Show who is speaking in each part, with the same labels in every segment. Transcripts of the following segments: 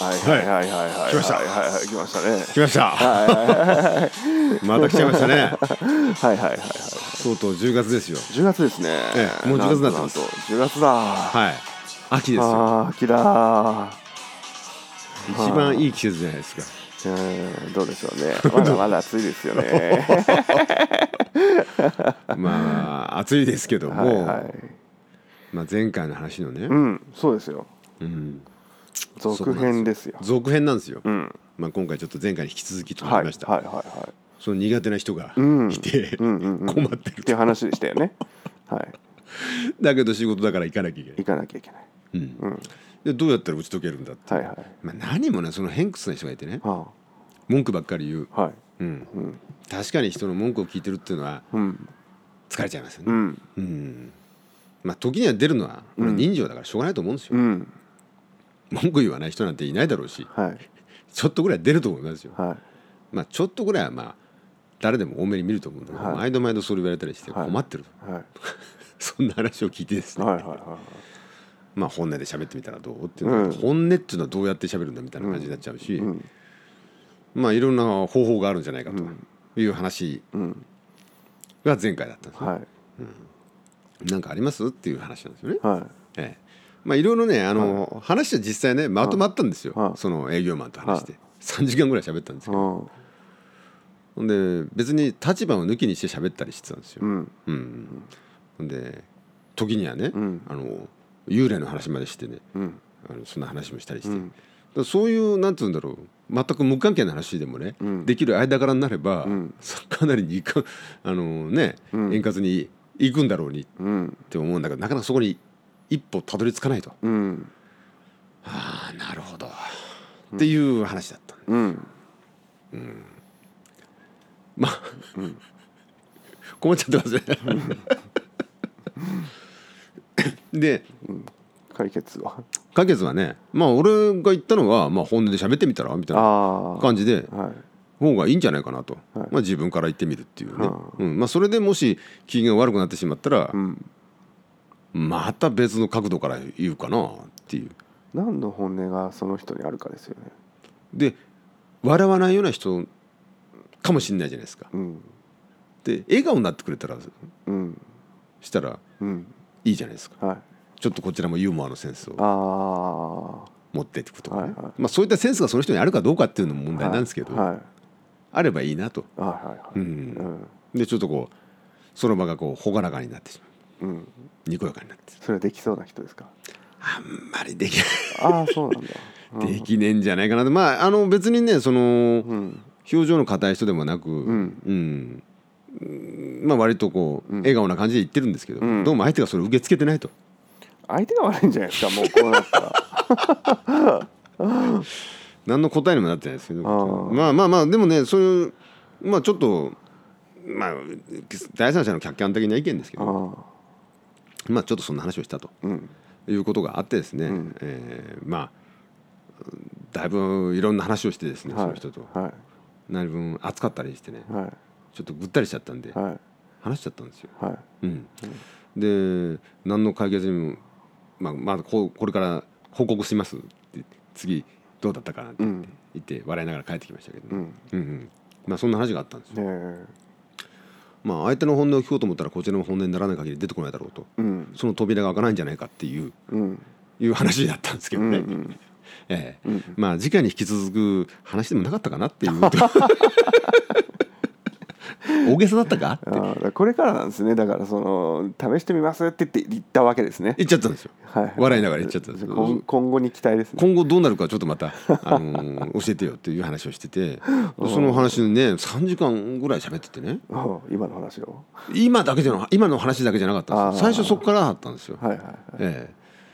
Speaker 1: はいはいはいはい
Speaker 2: 来ました
Speaker 1: はいはいはい来ました ね
Speaker 2: 来ました、また来ちゃいましたね
Speaker 1: はいはいはいはい
Speaker 2: とうとう10月ですよ
Speaker 1: 10月ですね
Speaker 2: ええもう10月になって
Speaker 1: ん
Speaker 2: ま
Speaker 1: と
Speaker 2: す
Speaker 1: んと10月だ
Speaker 2: はい秋ですよ
Speaker 1: あー秋だ
Speaker 2: 一番いい季節じゃないですか
Speaker 1: うんどうでしょう ねまだまだ暑いですよね
Speaker 2: まあ暑いですけど も、
Speaker 1: はいはい
Speaker 2: まあ、前回の話のね
Speaker 1: う、んそうですよ
Speaker 2: うん、
Speaker 1: 続編ですよ
Speaker 2: 続編なんですよ、
Speaker 1: うん
Speaker 2: まあ、今回ちょっと前回に引き続きとな
Speaker 1: はい
Speaker 2: り
Speaker 1: は
Speaker 2: ま
Speaker 1: い
Speaker 2: した、
Speaker 1: はいはい
Speaker 2: その苦手な人が
Speaker 1: うん
Speaker 2: いて、
Speaker 1: うんうんうん
Speaker 2: 困って
Speaker 1: っていう
Speaker 2: る
Speaker 1: 話でしたよねはい
Speaker 2: だけど仕事だから行かなきゃいけな
Speaker 1: 行
Speaker 2: い、
Speaker 1: かなきゃいけない
Speaker 2: うん
Speaker 1: うん
Speaker 2: でどうやったら打ち解けるんだって、
Speaker 1: はいはい
Speaker 2: まあ、何もねその偏屈な人がいてね
Speaker 1: あ
Speaker 2: 文句ばっかり言う、
Speaker 1: あはい
Speaker 2: うん、
Speaker 1: うん
Speaker 2: 確かに人の文句を聞いてるっていうのは
Speaker 1: うん
Speaker 2: 疲れちゃいますよ
Speaker 1: う
Speaker 2: ね、
Speaker 1: ん
Speaker 2: うんまあ、時には出るのはこれ人情だからしょうがないと思うんですよ、
Speaker 1: うん
Speaker 2: 文句言わない人なんていないだろうし
Speaker 1: はい
Speaker 2: ちょっとぐらい出ると思いますよ、
Speaker 1: はい
Speaker 2: まあ、ちょっとぐらいはまあ誰でも多めに見ると思うんだけど、
Speaker 1: はい
Speaker 2: 毎度毎度それ言われたりして
Speaker 1: はい
Speaker 2: 困ってると、
Speaker 1: はい
Speaker 2: そんな話を聞いてですね、
Speaker 1: はいはいは
Speaker 2: まあ、本音で喋ってみたらどうっていうのは、
Speaker 1: うん
Speaker 2: 本音っていうのはどうやって喋るんだみたいな感じになっちゃうし、
Speaker 1: いうん
Speaker 2: まあ、いろんな方法があるんじゃないか
Speaker 1: うん
Speaker 2: という話
Speaker 1: うん
Speaker 2: が前回だったんですね、
Speaker 1: はい
Speaker 2: なんかありますっていう話なんですよね。
Speaker 1: は
Speaker 2: ええまあ、いろいろねあの、話は実際ねまとまったんですよ、
Speaker 1: はい
Speaker 2: その営業マンと話して、3時間ぐらい喋ったんです
Speaker 1: い
Speaker 2: けど、
Speaker 1: うん
Speaker 2: ほんで別に立場を抜きにして喋ったりしてたんですよ
Speaker 1: う。ん
Speaker 2: うん、ほんで時にはね、
Speaker 1: うん
Speaker 2: あの幽霊の話までしてね
Speaker 1: うん
Speaker 2: あのそんな話もしたりし
Speaker 1: う
Speaker 2: て、だ
Speaker 1: ん
Speaker 2: からそういうなんて言うんだろう全く無関係な話でもね、
Speaker 1: うん
Speaker 2: できる間柄になれば、
Speaker 1: うん
Speaker 2: そかなりにいか あの、ね
Speaker 1: うん
Speaker 2: 円滑に行くんだろうにっ
Speaker 1: うん
Speaker 2: て思うんだけどなかなかそこに一歩たどり着かないと。
Speaker 1: うん
Speaker 2: ああなるほどっていう話だった、
Speaker 1: うん
Speaker 2: まあ、困っちゃってますね。で
Speaker 1: 解決は
Speaker 2: 解決はねまあ俺が言ったのは、まあ、本音で喋ってみたらみたいな
Speaker 1: ああ
Speaker 2: 感じで
Speaker 1: はい
Speaker 2: 方がいいんじゃないかなと、
Speaker 1: はい
Speaker 2: まあ、自分から言ってみるっていうね、
Speaker 1: はあ
Speaker 2: うんまあ、それでもし機嫌が悪くなってしまったら
Speaker 1: う、ん
Speaker 2: また別の角度から言うかなっていう
Speaker 1: 何の本音がその人にあるかですよね
Speaker 2: で笑わないような人かもしれないじゃないですか
Speaker 1: うん
Speaker 2: で笑顔になってくれたら
Speaker 1: うん
Speaker 2: したら
Speaker 1: うん
Speaker 2: いいじゃないですか
Speaker 1: はい
Speaker 2: ちょっとこちらもユーモアのセンスを
Speaker 1: ああ
Speaker 2: 持っていくとか、ね
Speaker 1: はいはい
Speaker 2: まあ、そういったセンスがその人にあるかどうかっていうのも問題なんですけど、
Speaker 1: はいはい
Speaker 2: あればいいなと
Speaker 1: あはいはい
Speaker 2: うんでちょっとこうその場がこう朗らかになってしま
Speaker 1: うんうん
Speaker 2: うにこやかになって
Speaker 1: それはできそうな人ですか
Speaker 2: あんまりでき
Speaker 1: ああそう なんだ
Speaker 2: ないできねえんじゃないかなとまああの別にねその
Speaker 1: うん
Speaker 2: 表情の硬い人でもなく、
Speaker 1: ん
Speaker 2: うんうんまあ割とこう笑顔な感じで言ってるんですけど、
Speaker 1: うん
Speaker 2: どうも相手がそれを受け付けてないと
Speaker 1: 相手が悪いんじゃないですかもうこうなったら
Speaker 2: 何の答えにもなってないですけど
Speaker 1: あー
Speaker 2: まあまあまあでもねそういうまあちょっとまあ第三者の客観的な意見ですけ
Speaker 1: あ
Speaker 2: ど
Speaker 1: あ
Speaker 2: まあちょっとそんな話をしたと
Speaker 1: うん
Speaker 2: いうことがあってですね、
Speaker 1: うん
Speaker 2: えーまあだいぶいろんな話をしてですね、その人と
Speaker 1: は
Speaker 2: なる分熱かったりしてね
Speaker 1: いはい
Speaker 2: ちょっとぐったりしちゃったんで、
Speaker 1: はい
Speaker 2: 話しちゃったんですよ。
Speaker 1: はい
Speaker 2: うん、で何の解決にも、まあ、まだこうこれから報告しますって次どうだったかなって
Speaker 1: うん
Speaker 2: 言って笑いながら帰ってきましたけどね、
Speaker 1: うん
Speaker 2: うんうんまあそんな話があったんですよ、
Speaker 1: ねえ
Speaker 2: まあ相手の本音を聞こうと思ったらこちらも本音にならない限り出てこないだろうと
Speaker 1: うん
Speaker 2: その扉が開かないんじゃないかっていう
Speaker 1: うん
Speaker 2: いう話だったんですけ
Speaker 1: う
Speaker 2: どね、
Speaker 1: ん
Speaker 2: ええ
Speaker 1: うん
Speaker 2: まあ次回に引き続く話でもなかったかなっていう 大げさだったかって
Speaker 1: ああだからこれからなんですねだからその試してみますって言って言ったわけですね
Speaker 2: 言っちゃったんですよ
Speaker 1: はいはい
Speaker 2: 笑いながら言っちゃったんですけど
Speaker 1: 今今後に期待ですね
Speaker 2: 今後どうなるかちょっとまた、あのー教えてよっていう話をしててその話にね3時間ぐらい喋っててね
Speaker 1: うん今の話を
Speaker 2: 今だけじゃな今の話だけじゃなかったんですよ
Speaker 1: あー
Speaker 2: 最初そこからだったんですよ。
Speaker 1: はいはいはい
Speaker 2: ええ、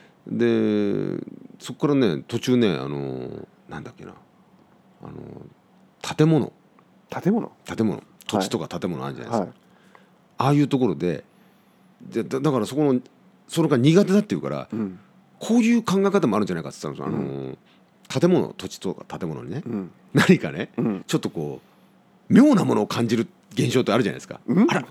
Speaker 2: でそこからね途中ねあのーなんだっけな、あのー建物
Speaker 1: 建物
Speaker 2: 建物土地とか建物あるじゃないです
Speaker 1: は
Speaker 2: か、
Speaker 1: い
Speaker 2: ああいうところででだだからそこのそのが苦手だっていうから、
Speaker 1: うん
Speaker 2: こういう考え方もあるんじゃないかって言ってたんですよ、あのー建物土地とか建物にね、
Speaker 1: うん
Speaker 2: 何かね、
Speaker 1: うん
Speaker 2: ちょっとこう妙なものを感じる現象ってあるじゃないですか、あら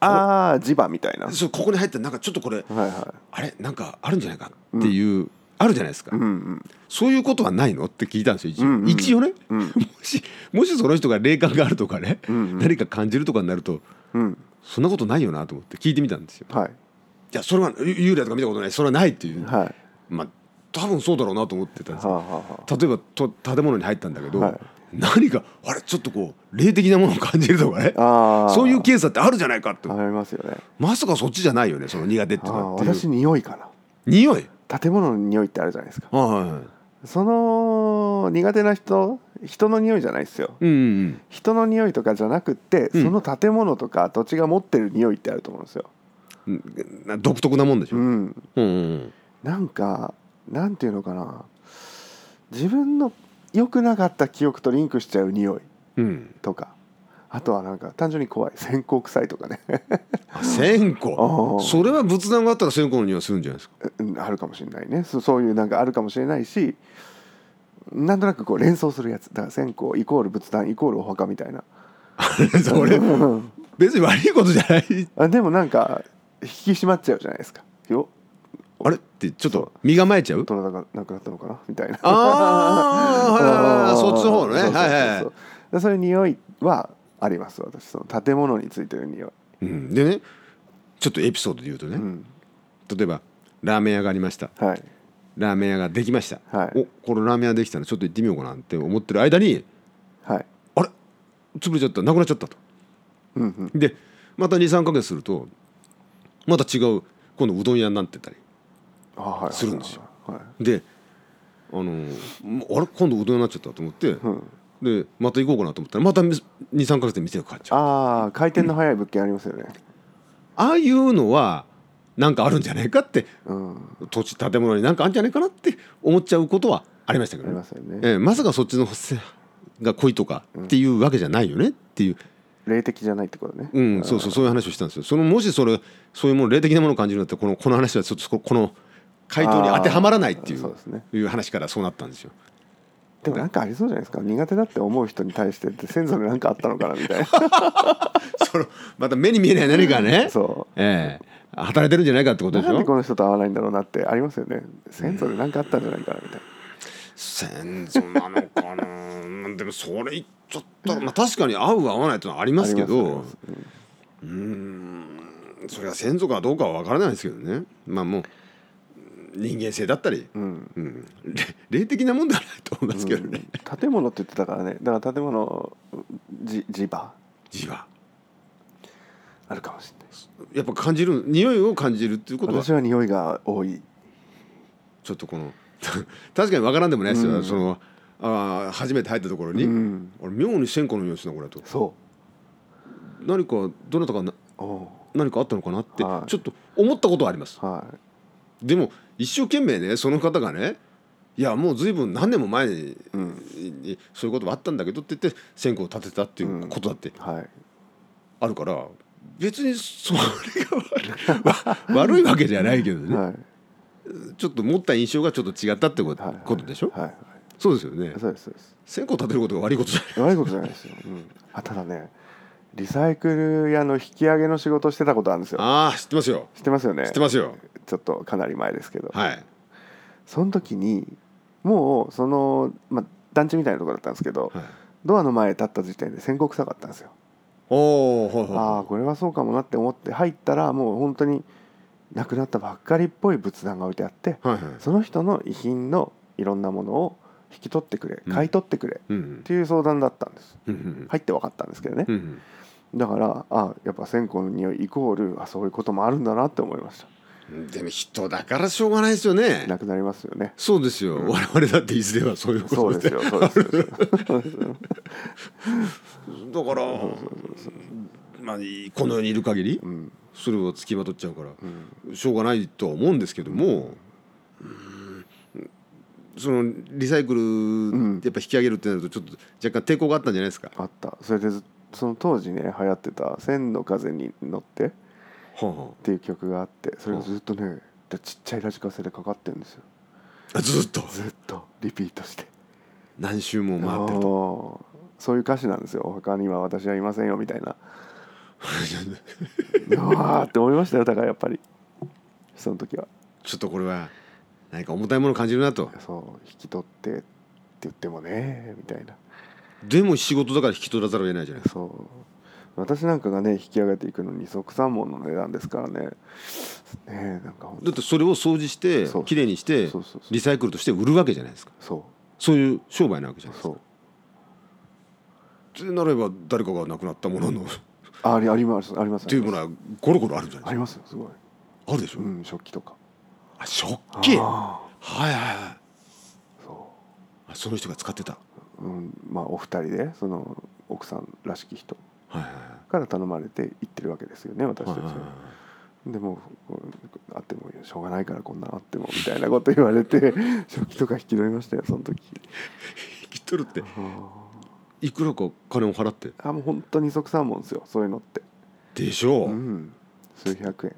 Speaker 1: ああ磁場みたいなは
Speaker 2: そうここに入ってなんかちょっとこれ
Speaker 1: いは
Speaker 2: あれなんかあるんじゃないかっていう、ああるじゃないですか、
Speaker 1: うんうん
Speaker 2: そういうことはないのって聞いたんですよ一応,、
Speaker 1: うんうん
Speaker 2: 一応ね、
Speaker 1: うん
Speaker 2: もしもしその人が霊感があるとかね、
Speaker 1: うんうん
Speaker 2: 何か感じるとかになると
Speaker 1: うん
Speaker 2: そんなことないよなと思って聞いてみたんですよ。
Speaker 1: はい
Speaker 2: いやそれは幽霊とか見たことないそれはないっていう、
Speaker 1: はい
Speaker 2: まあ多分そうだろうなと思ってたん
Speaker 1: は
Speaker 2: です
Speaker 1: あ、
Speaker 2: よ
Speaker 1: はあは
Speaker 2: 例えばと建物に入ったんだけど、
Speaker 1: はい
Speaker 2: 何かあれちょっとこう霊的なものを感じるとかね
Speaker 1: あ、あー
Speaker 2: そういうケースだってあるじゃないかって
Speaker 1: ありますよね
Speaker 2: まさかそっちじゃないよねその苦手って
Speaker 1: あ
Speaker 2: いう
Speaker 1: ー
Speaker 2: のはっていう
Speaker 1: 私匂いか
Speaker 2: 匂い
Speaker 1: な建物の匂いってあるじゃないですか
Speaker 2: はいはいはい
Speaker 1: その苦手な人人の匂いじゃないですよ
Speaker 2: うんうん
Speaker 1: 人の匂いとかじゃなくって、
Speaker 2: うん
Speaker 1: その建物とか土地が持ってる匂いってあると思うんですよ
Speaker 2: うんな独特なもんでしょ、
Speaker 1: う
Speaker 2: うん
Speaker 1: ん
Speaker 2: うんうん、
Speaker 1: なんかなんていうのかな自分の良くなかった記憶とリンクしちゃう匂い
Speaker 2: うん、
Speaker 1: とかあとはなんか単純に怖い線香臭いとかね
Speaker 2: あ線
Speaker 1: あー
Speaker 2: 香それは仏壇があったら線香の匂いするんじゃないですか
Speaker 1: うんあるかもしれないねそそういうなんかあるかもしれないしなんとなくこう連想するやつだから線香イコール仏壇イコールお墓みたいな
Speaker 2: それ
Speaker 1: うん
Speaker 2: 別に悪いことじゃない
Speaker 1: あでもなんか引き締まっちゃうじゃないですかよ
Speaker 2: あれってちょっと身構えちゃう
Speaker 1: どなたがなくなったのかな みたいな
Speaker 2: ああはいは いはいそっちの方のね
Speaker 1: そうそうそうそう
Speaker 2: はいはい
Speaker 1: でそういう匂いはあります私その建物についてる匂い、
Speaker 2: うん、でねちょっとエピソードで言うとね、
Speaker 1: うん、
Speaker 2: 例えばラーメン屋がありました
Speaker 1: はい
Speaker 2: ラーメン屋ができました、
Speaker 1: はい
Speaker 2: おこのラーメン屋できたのちょっと行ってみようかなって思ってる間に
Speaker 1: はい
Speaker 2: あれ潰れちゃったなくなっちゃったと
Speaker 1: うんうん
Speaker 2: でまた23か月するとまた違う今度うどん屋になってたり
Speaker 1: あはい
Speaker 2: するんですよ
Speaker 1: はい
Speaker 2: であのもうあれ今度うどん屋になっちゃったと思って、
Speaker 1: うん、
Speaker 2: でまた行こうかなと思ったらまた23か月で店が変わっちゃう
Speaker 1: ああ回転の速い物件ありますよね、
Speaker 2: ああいうのはなんかあるんじゃないかって
Speaker 1: うん、
Speaker 2: 土地建物になんかあるんじゃないかなって思っちゃうことはありましたけ
Speaker 1: あ
Speaker 2: ど
Speaker 1: り
Speaker 2: ね
Speaker 1: ますよね
Speaker 2: ええまさかそっちのせが恋とかっていうわけじゃないよねっていう、
Speaker 1: 霊的じゃないってことね、
Speaker 2: うんそうそうそういう話をしたんですよそのもしそれそういうもの霊的なものを感じるんだったらこのこの話はちょっとここの回答に当てはまらないってい
Speaker 1: あー
Speaker 2: う
Speaker 1: そうですね
Speaker 2: いう話からそうなったんですよ。
Speaker 1: でもなんかありそうじゃないですか苦手だって思う人に対してって先祖になんかあったのかなみ たいな
Speaker 2: そのまた目に見えない何か ね、
Speaker 1: そう
Speaker 2: ええ働いてるんじゃないかってことでし
Speaker 1: なんでこ
Speaker 2: ょ
Speaker 1: の人と会わないんだろうなってありますよね先祖で何かあったんじゃないかなみたい
Speaker 2: 先祖なの かなでもそれ言っちゃったら、まあ、確かに合う合わないってのはありますけ
Speaker 1: あり
Speaker 2: ど
Speaker 1: ます
Speaker 2: うーんそれが先祖かどうかは分からないですけどねまあもう人間性だったり、
Speaker 1: な、うん
Speaker 2: うん、れ霊的なもんではないと思いますけどね、
Speaker 1: うん建物って言ってたからねだから建物じ磁場
Speaker 2: 字は
Speaker 1: あるかもしれない
Speaker 2: やっぱ感じる匂いを感じるっていうことは
Speaker 1: 私は匂いが多い
Speaker 2: ちょっとこの 確かに分からんでもないですよ、
Speaker 1: うん
Speaker 2: そのあー初めて入ったところに、
Speaker 1: うん
Speaker 2: あれ妙に線香の匂いするなこれと
Speaker 1: そ
Speaker 2: 何かどなたかな
Speaker 1: うお
Speaker 2: 何かあったのかなって
Speaker 1: はい
Speaker 2: ちょっと思ったことはあります、
Speaker 1: うはい
Speaker 2: でも一生懸命ねその方がねいやもう随分何年も前に、にそういうことがあったんだけどって言って線香を立てたっていうことだって
Speaker 1: はい
Speaker 2: あるから、別にそれが 悪い悪いわけじゃないけどね、
Speaker 1: はい
Speaker 2: ちょっと持った印象がちょっと違ったってこと,、
Speaker 1: はい
Speaker 2: ことでしょ、
Speaker 1: はいはい
Speaker 2: そうですよね
Speaker 1: そうですそうです
Speaker 2: 線香立てることが悪いことじゃな
Speaker 1: 悪
Speaker 2: い
Speaker 1: いことじゃないですよ、うん、あただねリサイクル屋の引き上げの仕事してたことあるんですよ
Speaker 2: ああ知ってますよ
Speaker 1: 知ってますよね
Speaker 2: 知ってますよ
Speaker 1: ちょっとかなり前ですけど、
Speaker 2: はい
Speaker 1: その時にもうその、まあ、団地みたいなところだったんですけど、
Speaker 2: はい
Speaker 1: ドアの前立った時点で宣告臭かったんですよ
Speaker 2: おおは
Speaker 1: あ
Speaker 2: いは
Speaker 1: あこれはそうかもなって思って入ったらもう本当に亡くなったばっかりっぽい仏壇が置いてあって
Speaker 2: いはいはい
Speaker 1: その人の遺品のいろんなものを引き取ってくれ
Speaker 2: うん
Speaker 1: 買い取ってくれ
Speaker 2: うん
Speaker 1: っていう相談だったんです
Speaker 2: うんうん
Speaker 1: 入って分かったんですけどね
Speaker 2: うんうん
Speaker 1: だからああやっぱ線香の匂いイコールあそういうこともあるんだなって思いまし
Speaker 2: でも人だからしょうがないですよね
Speaker 1: たなくなりますよね
Speaker 2: そうですよ、我々だっていずれはそういうこと
Speaker 1: そうです よそうですよそうですよ
Speaker 2: だからまあこの世にいる限り
Speaker 1: うん
Speaker 2: それは付きまとっちゃうから、
Speaker 1: うん
Speaker 2: しょうがないとは思うんですけども、うんそのリサイクル
Speaker 1: ん
Speaker 2: やっぱ引き上げるってなるとちょっと若干抵抗があったんじゃないですか、
Speaker 1: あったそれでずその当時ね流行ってた「千の風に乗って」っ
Speaker 2: はあは
Speaker 1: ていう曲があってそれがずっとねでちっちゃいラジカセでかかってるんですよ
Speaker 2: あ、ずっと
Speaker 1: ずっとリピートして
Speaker 2: 何周も回ってると
Speaker 1: もうそういう歌詞なんですよ「他には私はいませんよ」みたいな うわーって思いましたよだからやっぱりその時は
Speaker 2: ちょっとこれは何か重たいものを感じるなと
Speaker 1: そう引き取ってって言ってもねみたいな
Speaker 2: でも仕事だから引き取らざるを得ないじゃないですか
Speaker 1: そう私なんかがね引き上げていくのに即三文の値段ですからねねえなんかほんと
Speaker 2: だってそれを掃除して
Speaker 1: そう
Speaker 2: きれいにして
Speaker 1: そうそうそう
Speaker 2: リサイクルとして売るわけじゃないですか
Speaker 1: そ
Speaker 2: そういう商売なわけじゃ
Speaker 1: う
Speaker 2: ないです
Speaker 1: そ
Speaker 2: か
Speaker 1: う
Speaker 2: ってなれば誰かが亡くなったもののっ
Speaker 1: あありありますあります
Speaker 2: ていうものはゴロゴロあるんじゃな
Speaker 1: あ
Speaker 2: い
Speaker 1: り
Speaker 2: です
Speaker 1: ますよすごい
Speaker 2: かあるでしょ
Speaker 1: うん食器とか
Speaker 2: あ食器はい
Speaker 1: あ
Speaker 2: はいはい
Speaker 1: あそ
Speaker 2: あその人が使ってた
Speaker 1: う、うん、まあお二人でその奥さんらしき人
Speaker 2: はいはい
Speaker 1: から頼まれて行ってるわけですよね私た
Speaker 2: はい
Speaker 1: ち
Speaker 2: はいはい
Speaker 1: はでもこうあってもしょうがないからこんなのあってもみたいなこと言われ て食器とか引き取りましたよその時
Speaker 2: 引き取るって
Speaker 1: あ
Speaker 2: いくらか金を払って
Speaker 1: あもう本当に即三文ですよそういうのって
Speaker 2: でしょ
Speaker 1: う
Speaker 2: うん
Speaker 1: 数百円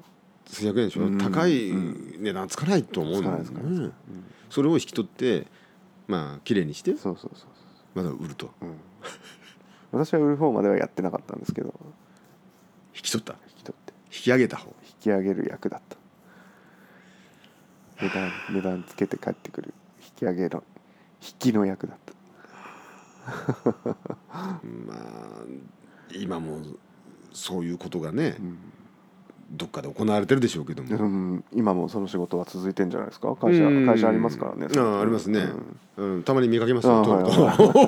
Speaker 2: 数百円でしょ
Speaker 1: うん
Speaker 2: 高い
Speaker 1: うん
Speaker 2: 値段つかないと思うんだよ
Speaker 1: つかないつかう
Speaker 2: ね
Speaker 1: ん
Speaker 2: それを引き取ってまあ綺麗にして
Speaker 1: そうそうそう
Speaker 2: まだ売ると
Speaker 1: そう、うん、私は売る方まではやってなかったんですけど
Speaker 2: 引き取った
Speaker 1: 引き取って
Speaker 2: 引き上げた方
Speaker 1: 引き上げる役だった値段値段つけて帰ってくる引き上げの引きの役だった
Speaker 2: まあ今もそういうことがね、
Speaker 1: ん
Speaker 2: どっかで行われてるでしょうけども、
Speaker 1: うん、今もその仕事は続いてんじゃないですか会社
Speaker 2: うん
Speaker 1: 会社ありますからね
Speaker 2: ああありますね、
Speaker 1: う
Speaker 2: うんたまに見かけます
Speaker 1: あ
Speaker 2: よ
Speaker 1: あ
Speaker 2: 通ると、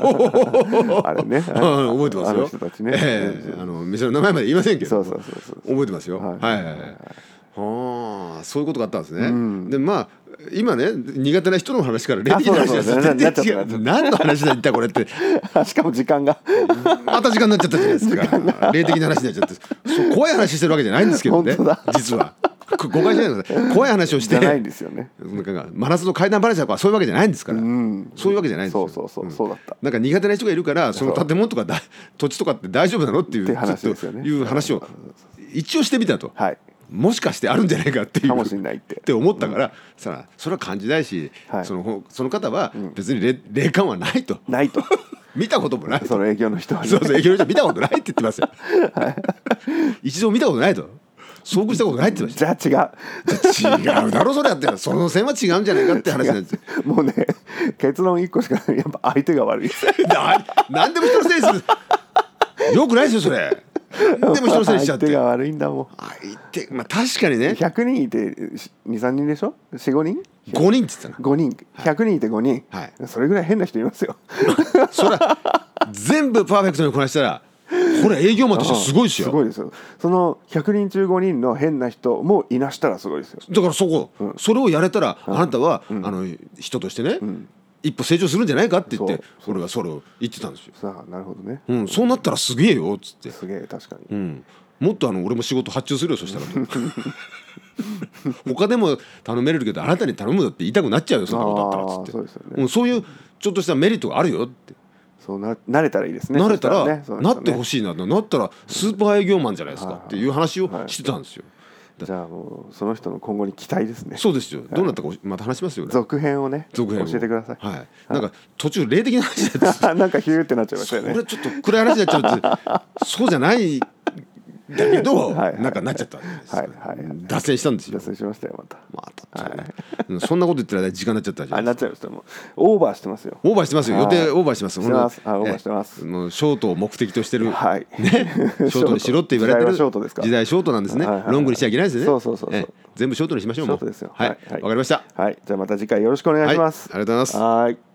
Speaker 1: んあれね
Speaker 2: ああ覚えてますよ
Speaker 1: あの人たちね、
Speaker 2: ええあの店の名前まで言いませんけど
Speaker 1: そうそうそうそう
Speaker 2: 覚えてますよ
Speaker 1: はい
Speaker 2: はいはいはいああそういうことがあったんですね、
Speaker 1: うん
Speaker 2: でまあ今ね苦手な人の話からレディーの
Speaker 1: あ
Speaker 2: 話
Speaker 1: そう
Speaker 2: が
Speaker 1: そうそう
Speaker 2: 全然違
Speaker 1: なっちゃ
Speaker 2: う
Speaker 1: った
Speaker 2: 何の話だ一体これって
Speaker 1: しかも時間 が
Speaker 2: また時間になっちゃったじゃないですか。霊的な話になっちゃって、そう怖い話してるわけじゃないんですけどね
Speaker 1: 本当だ。
Speaker 2: 実は。こ誤解しないでください。怖い話をし
Speaker 1: じ
Speaker 2: て
Speaker 1: ゃ、ないんですよね。
Speaker 2: なんか真夏の怪談話とかそういうわけじゃないんですから。
Speaker 1: うん、
Speaker 2: そういうわけじゃないんです
Speaker 1: そ
Speaker 2: よ。
Speaker 1: うそうそう、
Speaker 2: ん
Speaker 1: そうだった。
Speaker 2: なんか苦手な人がいるから、その建物とかだ土地とかって大丈夫なのっていう
Speaker 1: って話
Speaker 2: ちょっ
Speaker 1: ですよね
Speaker 2: という話を一応してみたと。
Speaker 1: はい、
Speaker 2: もしかしてあるんじゃないかっていう。
Speaker 1: かもしれないって
Speaker 2: っ。て思ったから、さあそれは感じないし、
Speaker 1: はい
Speaker 2: そのその方は別に霊霊感はないと、
Speaker 1: ないと、
Speaker 2: 見たこともないと
Speaker 1: その営業の人は、ね。
Speaker 2: そうそう、営業の人見たことないって言ってま すよ。一度見たことないと。遭遇したことないって言って
Speaker 1: じゃあ
Speaker 2: ました。違うだろ、それやって。その線は違うんじゃないかって話なんですよ。
Speaker 1: 違う。もうね、結論一個しかない、やっぱ相手が悪い。
Speaker 2: な何でも人のせいにする。よくないですよ、それ。何でも人のせいにしちゃって。
Speaker 1: 相手が
Speaker 2: 相
Speaker 1: 悪いんだもん。
Speaker 2: 手、まあ確かにね、
Speaker 1: 100人いてし23人でしょ45人
Speaker 2: 5人って言ってたな。
Speaker 1: 5人100人いて5人、
Speaker 2: はい
Speaker 1: それぐらい変な人いますよ
Speaker 2: そりゃ、全部パーフェクトにこなしたら、これ営業マンとしてはすごいで す
Speaker 1: すご
Speaker 2: よ。
Speaker 1: いですよその100人中5人の変な人もいなしたらすごいですよ
Speaker 2: だからそこ、それをやれたら、あなたは、あの人としてね、一歩成長するんじゃないかって言っ
Speaker 1: そ
Speaker 2: て、俺はそれを言ってたんですよ。
Speaker 1: さあなるほどね
Speaker 2: うん、そうなったらすげえよっつって、
Speaker 1: すげえ確かに、
Speaker 2: うん、もっとあの俺も仕事発注するよそしたらと他でも頼めれるけどあなたに頼むよって言いたくなっちゃうよそんなことあったらっつって
Speaker 1: あーそうですよね
Speaker 2: んそういうちょっとしたメリットがあるよって、
Speaker 1: そうな慣れたらいいですね
Speaker 2: なれたらなってほ
Speaker 1: しい
Speaker 2: しいなとなったらスーパー営業マンじゃないですか
Speaker 1: はい
Speaker 2: っていう話をしてたんですよ、
Speaker 1: じゃあもうその人の今後に期待ですね
Speaker 2: そうですよどうなったかおまた話しますよ
Speaker 1: 続編をね
Speaker 2: 続編を
Speaker 1: 教えてください、
Speaker 2: はい、なんか途中霊的な話だった
Speaker 1: なんかヒューってなっちゃいまし
Speaker 2: そ
Speaker 1: たよね
Speaker 2: れちょっと暗い話になっちゃ うってそうじゃないんだけど、
Speaker 1: はいはい
Speaker 2: なんかなっちゃったんですよ
Speaker 1: はいはいはい
Speaker 2: 脱線したんですよ
Speaker 1: 脱線しましたよまた
Speaker 2: まあ当たっちゃうねうんそんなこと言ってる間に時間になっちゃったじゃ
Speaker 1: あ
Speaker 2: ん
Speaker 1: なっちゃいましたもうオーバーしてますよ
Speaker 2: オーバーしてますよ
Speaker 1: はい
Speaker 2: 予定オーバーしてます
Speaker 1: してます
Speaker 2: ほんと
Speaker 1: あオーバーしてます
Speaker 2: ええもうショートを目的として る
Speaker 1: はい
Speaker 2: ねショートにしろって言われて
Speaker 1: 時代は
Speaker 2: る
Speaker 1: ショートですか
Speaker 2: 時代ショートなんですね
Speaker 1: はいはいはい
Speaker 2: ロングにしちゃいけないですね
Speaker 1: そうそうそうそう
Speaker 2: ええ全部ショートにしましょうもう
Speaker 1: ショートですよ
Speaker 2: はい
Speaker 1: は
Speaker 2: わ
Speaker 1: い
Speaker 2: かりました
Speaker 1: はいじゃあまた次回よろしくお願いします、
Speaker 2: はいありがとうございま
Speaker 1: は
Speaker 2: す
Speaker 1: い